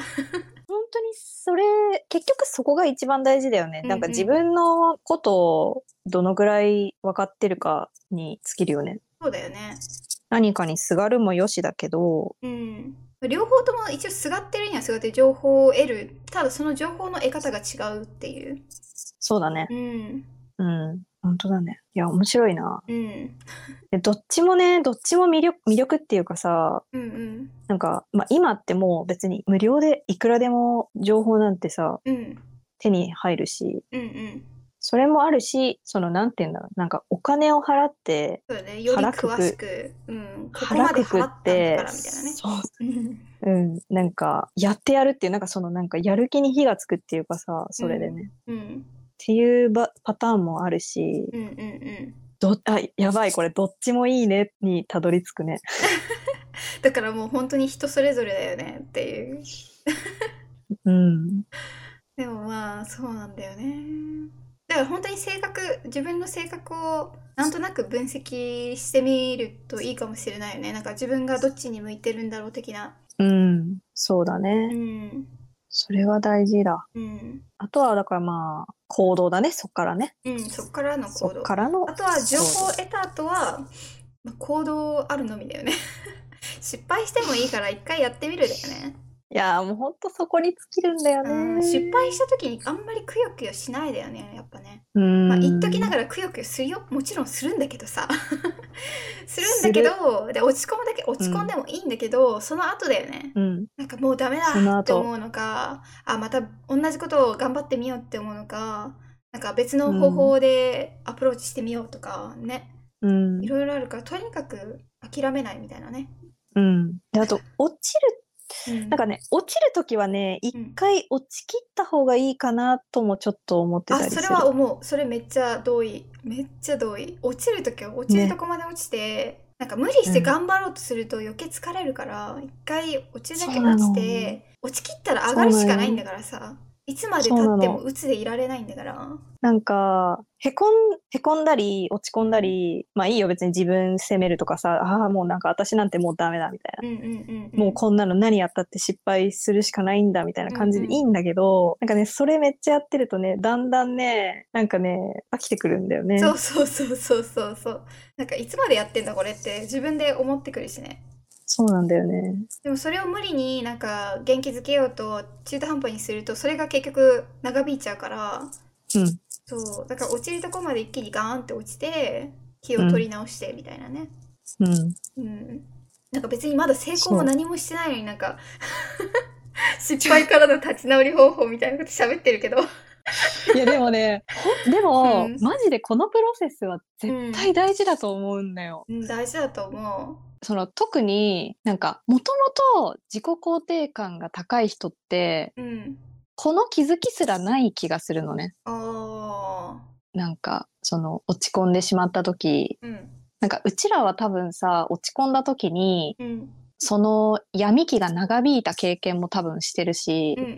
本当にそれ、結局そこが一番大事だよね。なんかうんうん自分のことをどのぐらい分かってるかに尽きるよね。そうだよね。何かにすがるもよしだけどうん両方とも一応すがってるにはすがって情報を得るただその情報の得方が違うっていうそうだね。うんうん。本当だね。いや、面白いな。うんでどっちもね、どっちも魅力魅力っていうかさ、うんうんなんか、まあ、今ってもう別に無料でいくらでも情報なんてさ、うん手に入るし、うんうんそれもあるし、その、なんて言うんだろう、なんかお金を払って、そうだねより腹くく詳しく、うん、ここまで払ったんだからみたいなねそううんうん、なんか、やってやるっていう、なんかその、なんか、やる気に火がつくっていうかさ、それでね。っうんていうばパターンもあるし、うんうんうんどあ、やばい、これ、どっちもいいねにたどり着くね。だからもう本当に人それぞれだよねっていううん。でもまあそうなんだよねだから本当に性格自分の性格をなんとなく分析してみるといいかもしれないよねなんか自分がどっちに向いてるんだろう的なうん、そうだうね。んそれは大事だ。うんあとは、だからまあ、行動だね、そっからね。うんそっからのそ行っ動からのあとは情報を得た後は、まあ、行動あるのみだよね 失敗してもいいから一回やってみるだよね、いやーもうほんとそこに尽きるんだよね、うん、失敗した時にあんまりくよくよしないだよねやっぱねうんまあ、一時ながらくよくよするよもちろんするんだけどさ するんだけどで落ち込むだけ落ち込んでもいいんだけど、その後だよねうんなんかもうダメそのだ後って思うのかあまた同じことを頑張ってみようって思うのかなんか別の方法でアプローチしてみようとかね、うんいろいろあるからとにかく諦めないみたいなね、うんであと落ちるうん、なんかね落ちる時はね一回落ちきった方がいいかなともちょっと思ってたありすそるれは思うそれめっちゃ同意めっちゃ同意落ちるときは落ちるとこまで落ちて、なんか無理して頑張ろうとすると余計疲れるから、一回落ちるだけ落ちて落ちきったら上がるしかないんだからさいつまでそう経なってのも鬱でいられないんだからなんかへこんへこんだり落ち込んだりまあいいよ別に自分責めるとかさああもうなんか私なんてもうダメだみたいなう、んうんうん、もうこんなの何やったって失敗するしかないんだみたいな感じでいいんだけど、なんかねそれめっちゃやってるとねだんだんねなんかね飽きてくるんだよねそうそうそうそうそうそうなんかいつまでやってんだこれって自分で思ってくるしねそうなんだよねでもそれを無理になんか元気づけようと中途半端にするとそれが結局長引いちゃうからうんそうだから落ちるとこまで一気にガーンって落ちて気を取り直してみたいなね、 うんうんなんか別にまだ成功も何もしてないのになんか 失敗からの立ち直り方法みたいなこと喋ってるけどいやでもね、ほでも、うんマジでこのプロセスは絶対大事だと思うんだよ。うん大事だと思その特になんかもともと自己肯定感が高い人ってううんこの気づきすらない気がするのね。あなんかその落ち込んでしまった時ーうんなんかうちらは多分さ落ち込んだ時にうんその闇期が長引いた経験も多分してるし、うんうんう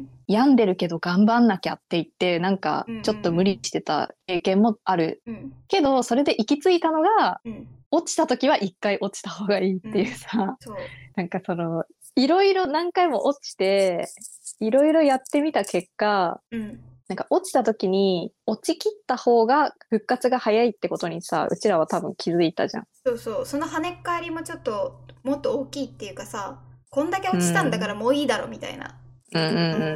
ん病んでるけど頑張んなきゃって言ってなんかちょっと無理してた経験もあるうんけどそれで行き着いたのがうん落ちた時は一回落ちた方がいいっていうさ、そうなんかそのいろいろ何回も落ちていろいろやってみた結果うんなんか落ちた時に落ちきった方が復活が早いってことにさうちらは多分気づいたじゃん。そうそうその跳ねっ返りもちょっともっと大きいっていうかさこんだけ落ちたんだからもういいだろみたいな、うん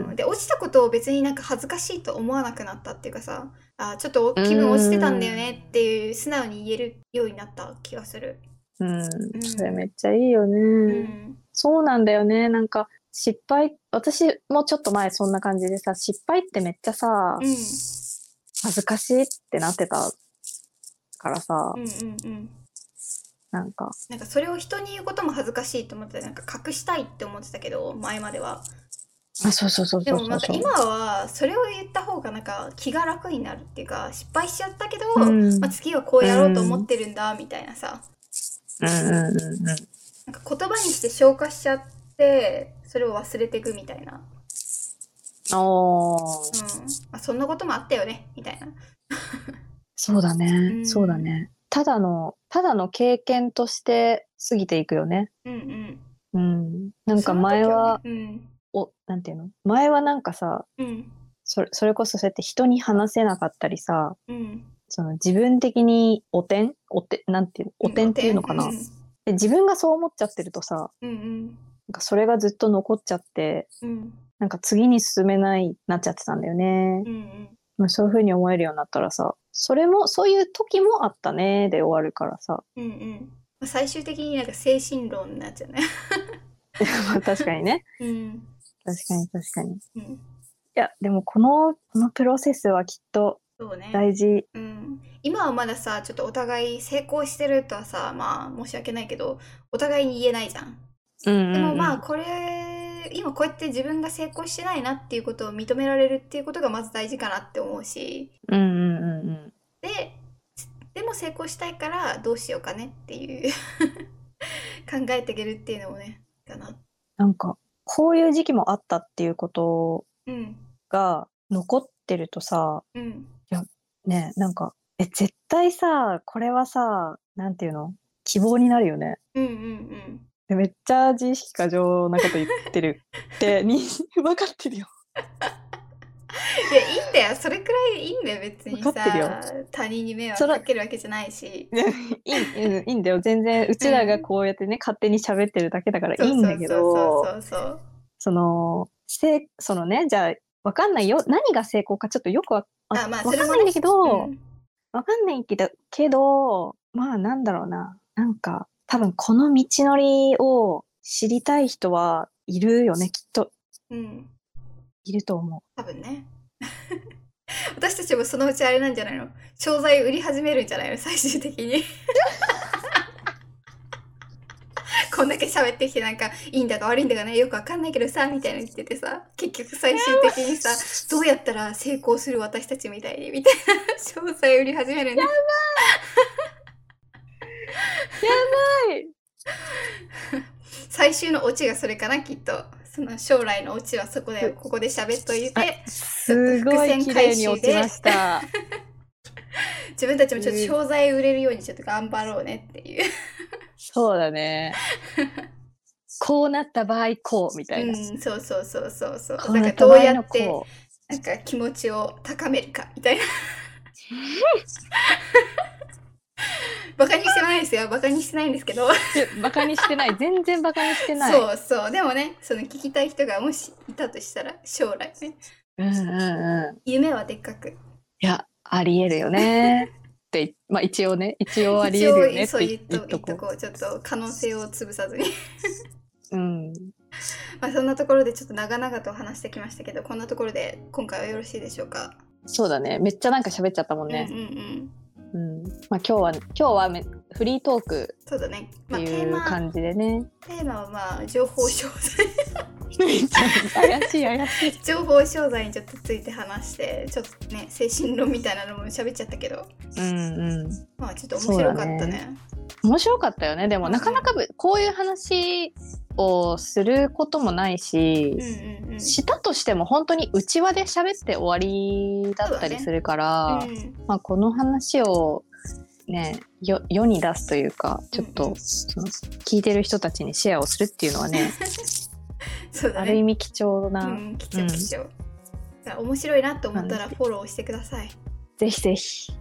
うんで落ちたことを別になんか恥ずかしいと思わなくなったっていうかさあーちょっと気分落ちてたんだよねっていう素直に言えるようになった気がする。うんうんうんそれめっちゃいいよね、うんそうなんだよねなんか失敗私もちょっと前そんな感じでさ失敗ってめっちゃさ、うん恥ずかしいってなってたからさ、うんうんうんなんかなんかそれを人に言うことも恥ずかしいと思ってたなんか隠したいって思ってたけど前まではあそうそうそうでそうそもうなんか今はそれを言った方がなんか気が楽になるっていうか失敗しちゃったけど、うんまあ、次はこうやろうと思ってるんだみたいなさ、うんうんうんうんなんか言葉にして消化しちゃってそれを忘れていくみたいなおうーんまあ、そんなこともあったよねみたいな。そうだね、うんそうだねただのただの経験として過ぎていくよねうんうん、うんなんか前はその時ねおなんていうの前はなんかさうんうんそれそれこそそうやって人に話せなかったりさうん、その自分的におてんおてなんていうのおてんっていうのかな、うんで自分がそう思っちゃってるとさうんなんかそれがずっと残っちゃって、うんなんか次に進めないなっちゃってたんだよねうんう。んまあそういう風に思えるようになったらさ、それも、そういう時もあったねで終わるからさ。 うんうんまあ最終的になんか精神論になっちゃうね まあ確かにね。うん確かに確かに。いうんや、でもこの、このプロセスはきっとそうね大事。うん、今はまださちょっとお互い成功してるとはさまあ申し訳ないけどお互いに言えないじゃん。うんでもまあこれ今こうやって自分が成功してないなっていうことを認められるっていうことがまず大事かなって思うしうんうんうんうん。ででも成功したいからどうしようかねっていう 考えていけるっていうのもねかな。なんか、こういう時期もあったっていうことうんが残ってるとさ、うんね、なんか、え、絶対さ、これはさ、なんていうの希望になるよね。うんうんうんでめっちゃ自意識過剰なこと言ってる って認識分かってるよ。いやいいんだよそれくらいいいんだよ別にわかってるよさ他人に迷惑かけるわけじゃないし。いいうんいいんだよ全然うちらがこうやってね勝手に喋ってるだけだからいいんだけそうどそうそうそうそのせそのねじゃあ分かんないよ何が成功かちょっとよくわそう。あまあそ分れかんもないんだねけど、うんわかんないけど、けど、まあなんだろうな。なんか、多分この道のりを知りたい人はいるよね、きっと。うん、いると思多分ね。 私たちもそのうちあれなんじゃないの商材売り始めるんじゃないの最終的に。 こんだけ喋ってきてなんかいいんだか悪いんだかねよくわかんないけどさみたいな言っててさ結局最終的に さどうやったら成功する私たちみたいにみたいな商材売り始めるんだう。はい。最終のオチがそれかなきっとその将来のオチはそこでここで喋っといてすごい綺麗に落ちました。自分たちもちょっと商材売れるようにちょっと頑張ろうねっていう。そうだね。こうなった場合、こう、みたいな。うん、そうそうそうそうそう。こうなんなかったど場う合やのってこう。なんか気持ちを高めるかみ たいな。バカにしてないですよ。バカにしてないんですけど。いやバカにしてない。全然バカにしてない。そうそう。でもね、その聞きたい人がもしいたとしたら、将来ね、うんうんうん。夢はでっかく。いや、ありえるよ ね。って、まあ一応ね、一応ありえるよね一応そうって言っ言っとと言っことう。こう。ちょっと可能性を潰さずに。 うん。まあそんなところでちょっと長々と話してきましたけど、こんなところで今回はよろしいでしょうか。そうだね。めっちゃなんか喋っちゃったもんねう。んうんうん。うん。まあ今日は今日はめフリートークそうだね。っまあてテいーうマ、感じでね。 テーマはまあ情報商材。怪しい怪しい。情報商材にちょっとついて話してちょっとね精神論みたいなのも喋っちゃったけどうんうん。まあちょっと面白かったそうだね面白かったよね。でもうんなかなかぶこういう話をすることもないしう、んうんうんしたとしても本当に内輪で喋って終わりだったりするから、うんまあこの話を。ね、よ世に出すというかちょっうんうとんその聞いてる人たちにシェアをするっていうのは ねそうだある意ね味貴重うな、ん貴重貴重だから面白いなと思ったら感フォローしてくださいぜひぜひ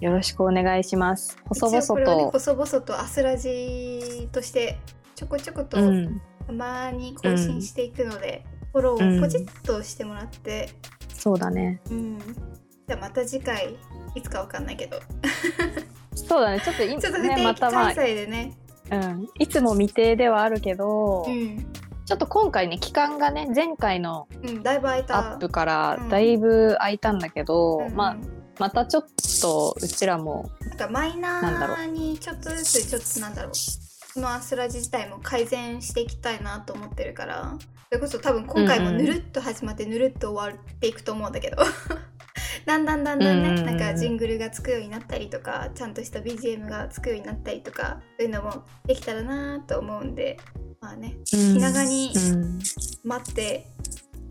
よろしくお願いします。細々一応これはねと、細々とアスラジとしてちょこちょことうん、たまに更新していくので、フォローをポチッとしてもらってそうだね。うんじゃあまた次回いつかわかんないけどそうだね。ちょっといちょっと不定ねま期たま開催でね、あ、うん、いつも未定ではあるけど、うんちょっと今回ね期間がね前回のうんだいぶ空いたアップからうんだいぶ空いたんだけど、うんうんまあまたちょっとうちらもなんかマイナなんだろーにちょっとずつちょっとなんだろうこのアスラジ自体も改善していきたいなと思ってるからそれこそ多分今回うもんうんぬるっと始まってぬるっと終わっていくと思うんだけど だんだんだんだんね、うんうんうんなんかジングルがつくようになったりとかちゃんとした BGM がつくようになったりとかそういうのもできたらなと思うんでまあね気長にうん、待って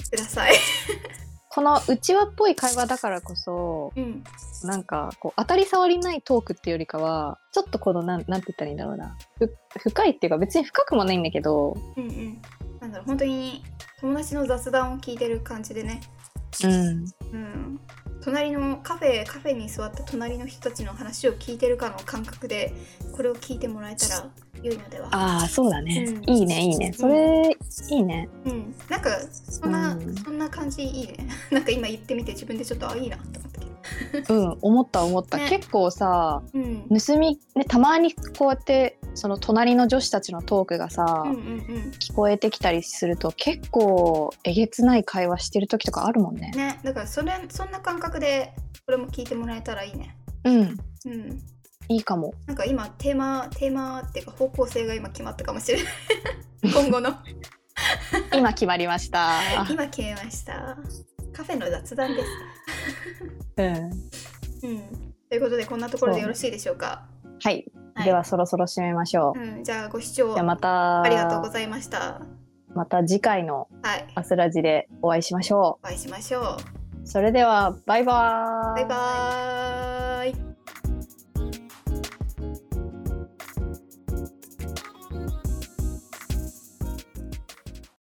ください。この内輪っぽい会話だからこそうん、なんかこう当たり障りないトークっていうよりかはちょっとこのなんなんて言ったらいいんだろうなふ深いっていうか別に深くもないんだけど、うんうんなんだろう本当に友達の雑談を聞いてる感じでねうん、うん、隣のカフェカフェに座った隣の人たちの話を聞いてるかの感覚でこれを聞いてもらえたら良いのではああそうだね、うんいいねいいねそれ、いいねうんなんかそんな、うんそんな感じいいねなんか今言ってみて自分でちょっとあいいなって思ったけどうん思った思った、ね結構さうん盗み、ね、たまにこうやってその隣の女子たちのトークがさ、うんうんうん聞こえてきたりすると結構えげつない会話してる時とかあるもんね。ねだからそれそんな感覚でこれも聞いてもらえたらいいねうんうんいいかも。なんか今テーマテーマっていうか方向性が今決まったかもしれない 今後の今決まりました。今決めましたカフェの雑談ですうん、うんということでこんなところでよろしいでしょうかはい、いではそろそろ締めましょう。うん、じゃあご視聴じゃあまたありがとうございました。また次回のはい、 「アスラジ」でお会いしましょお会いしましょう。それではバイバーう。バイバーイ。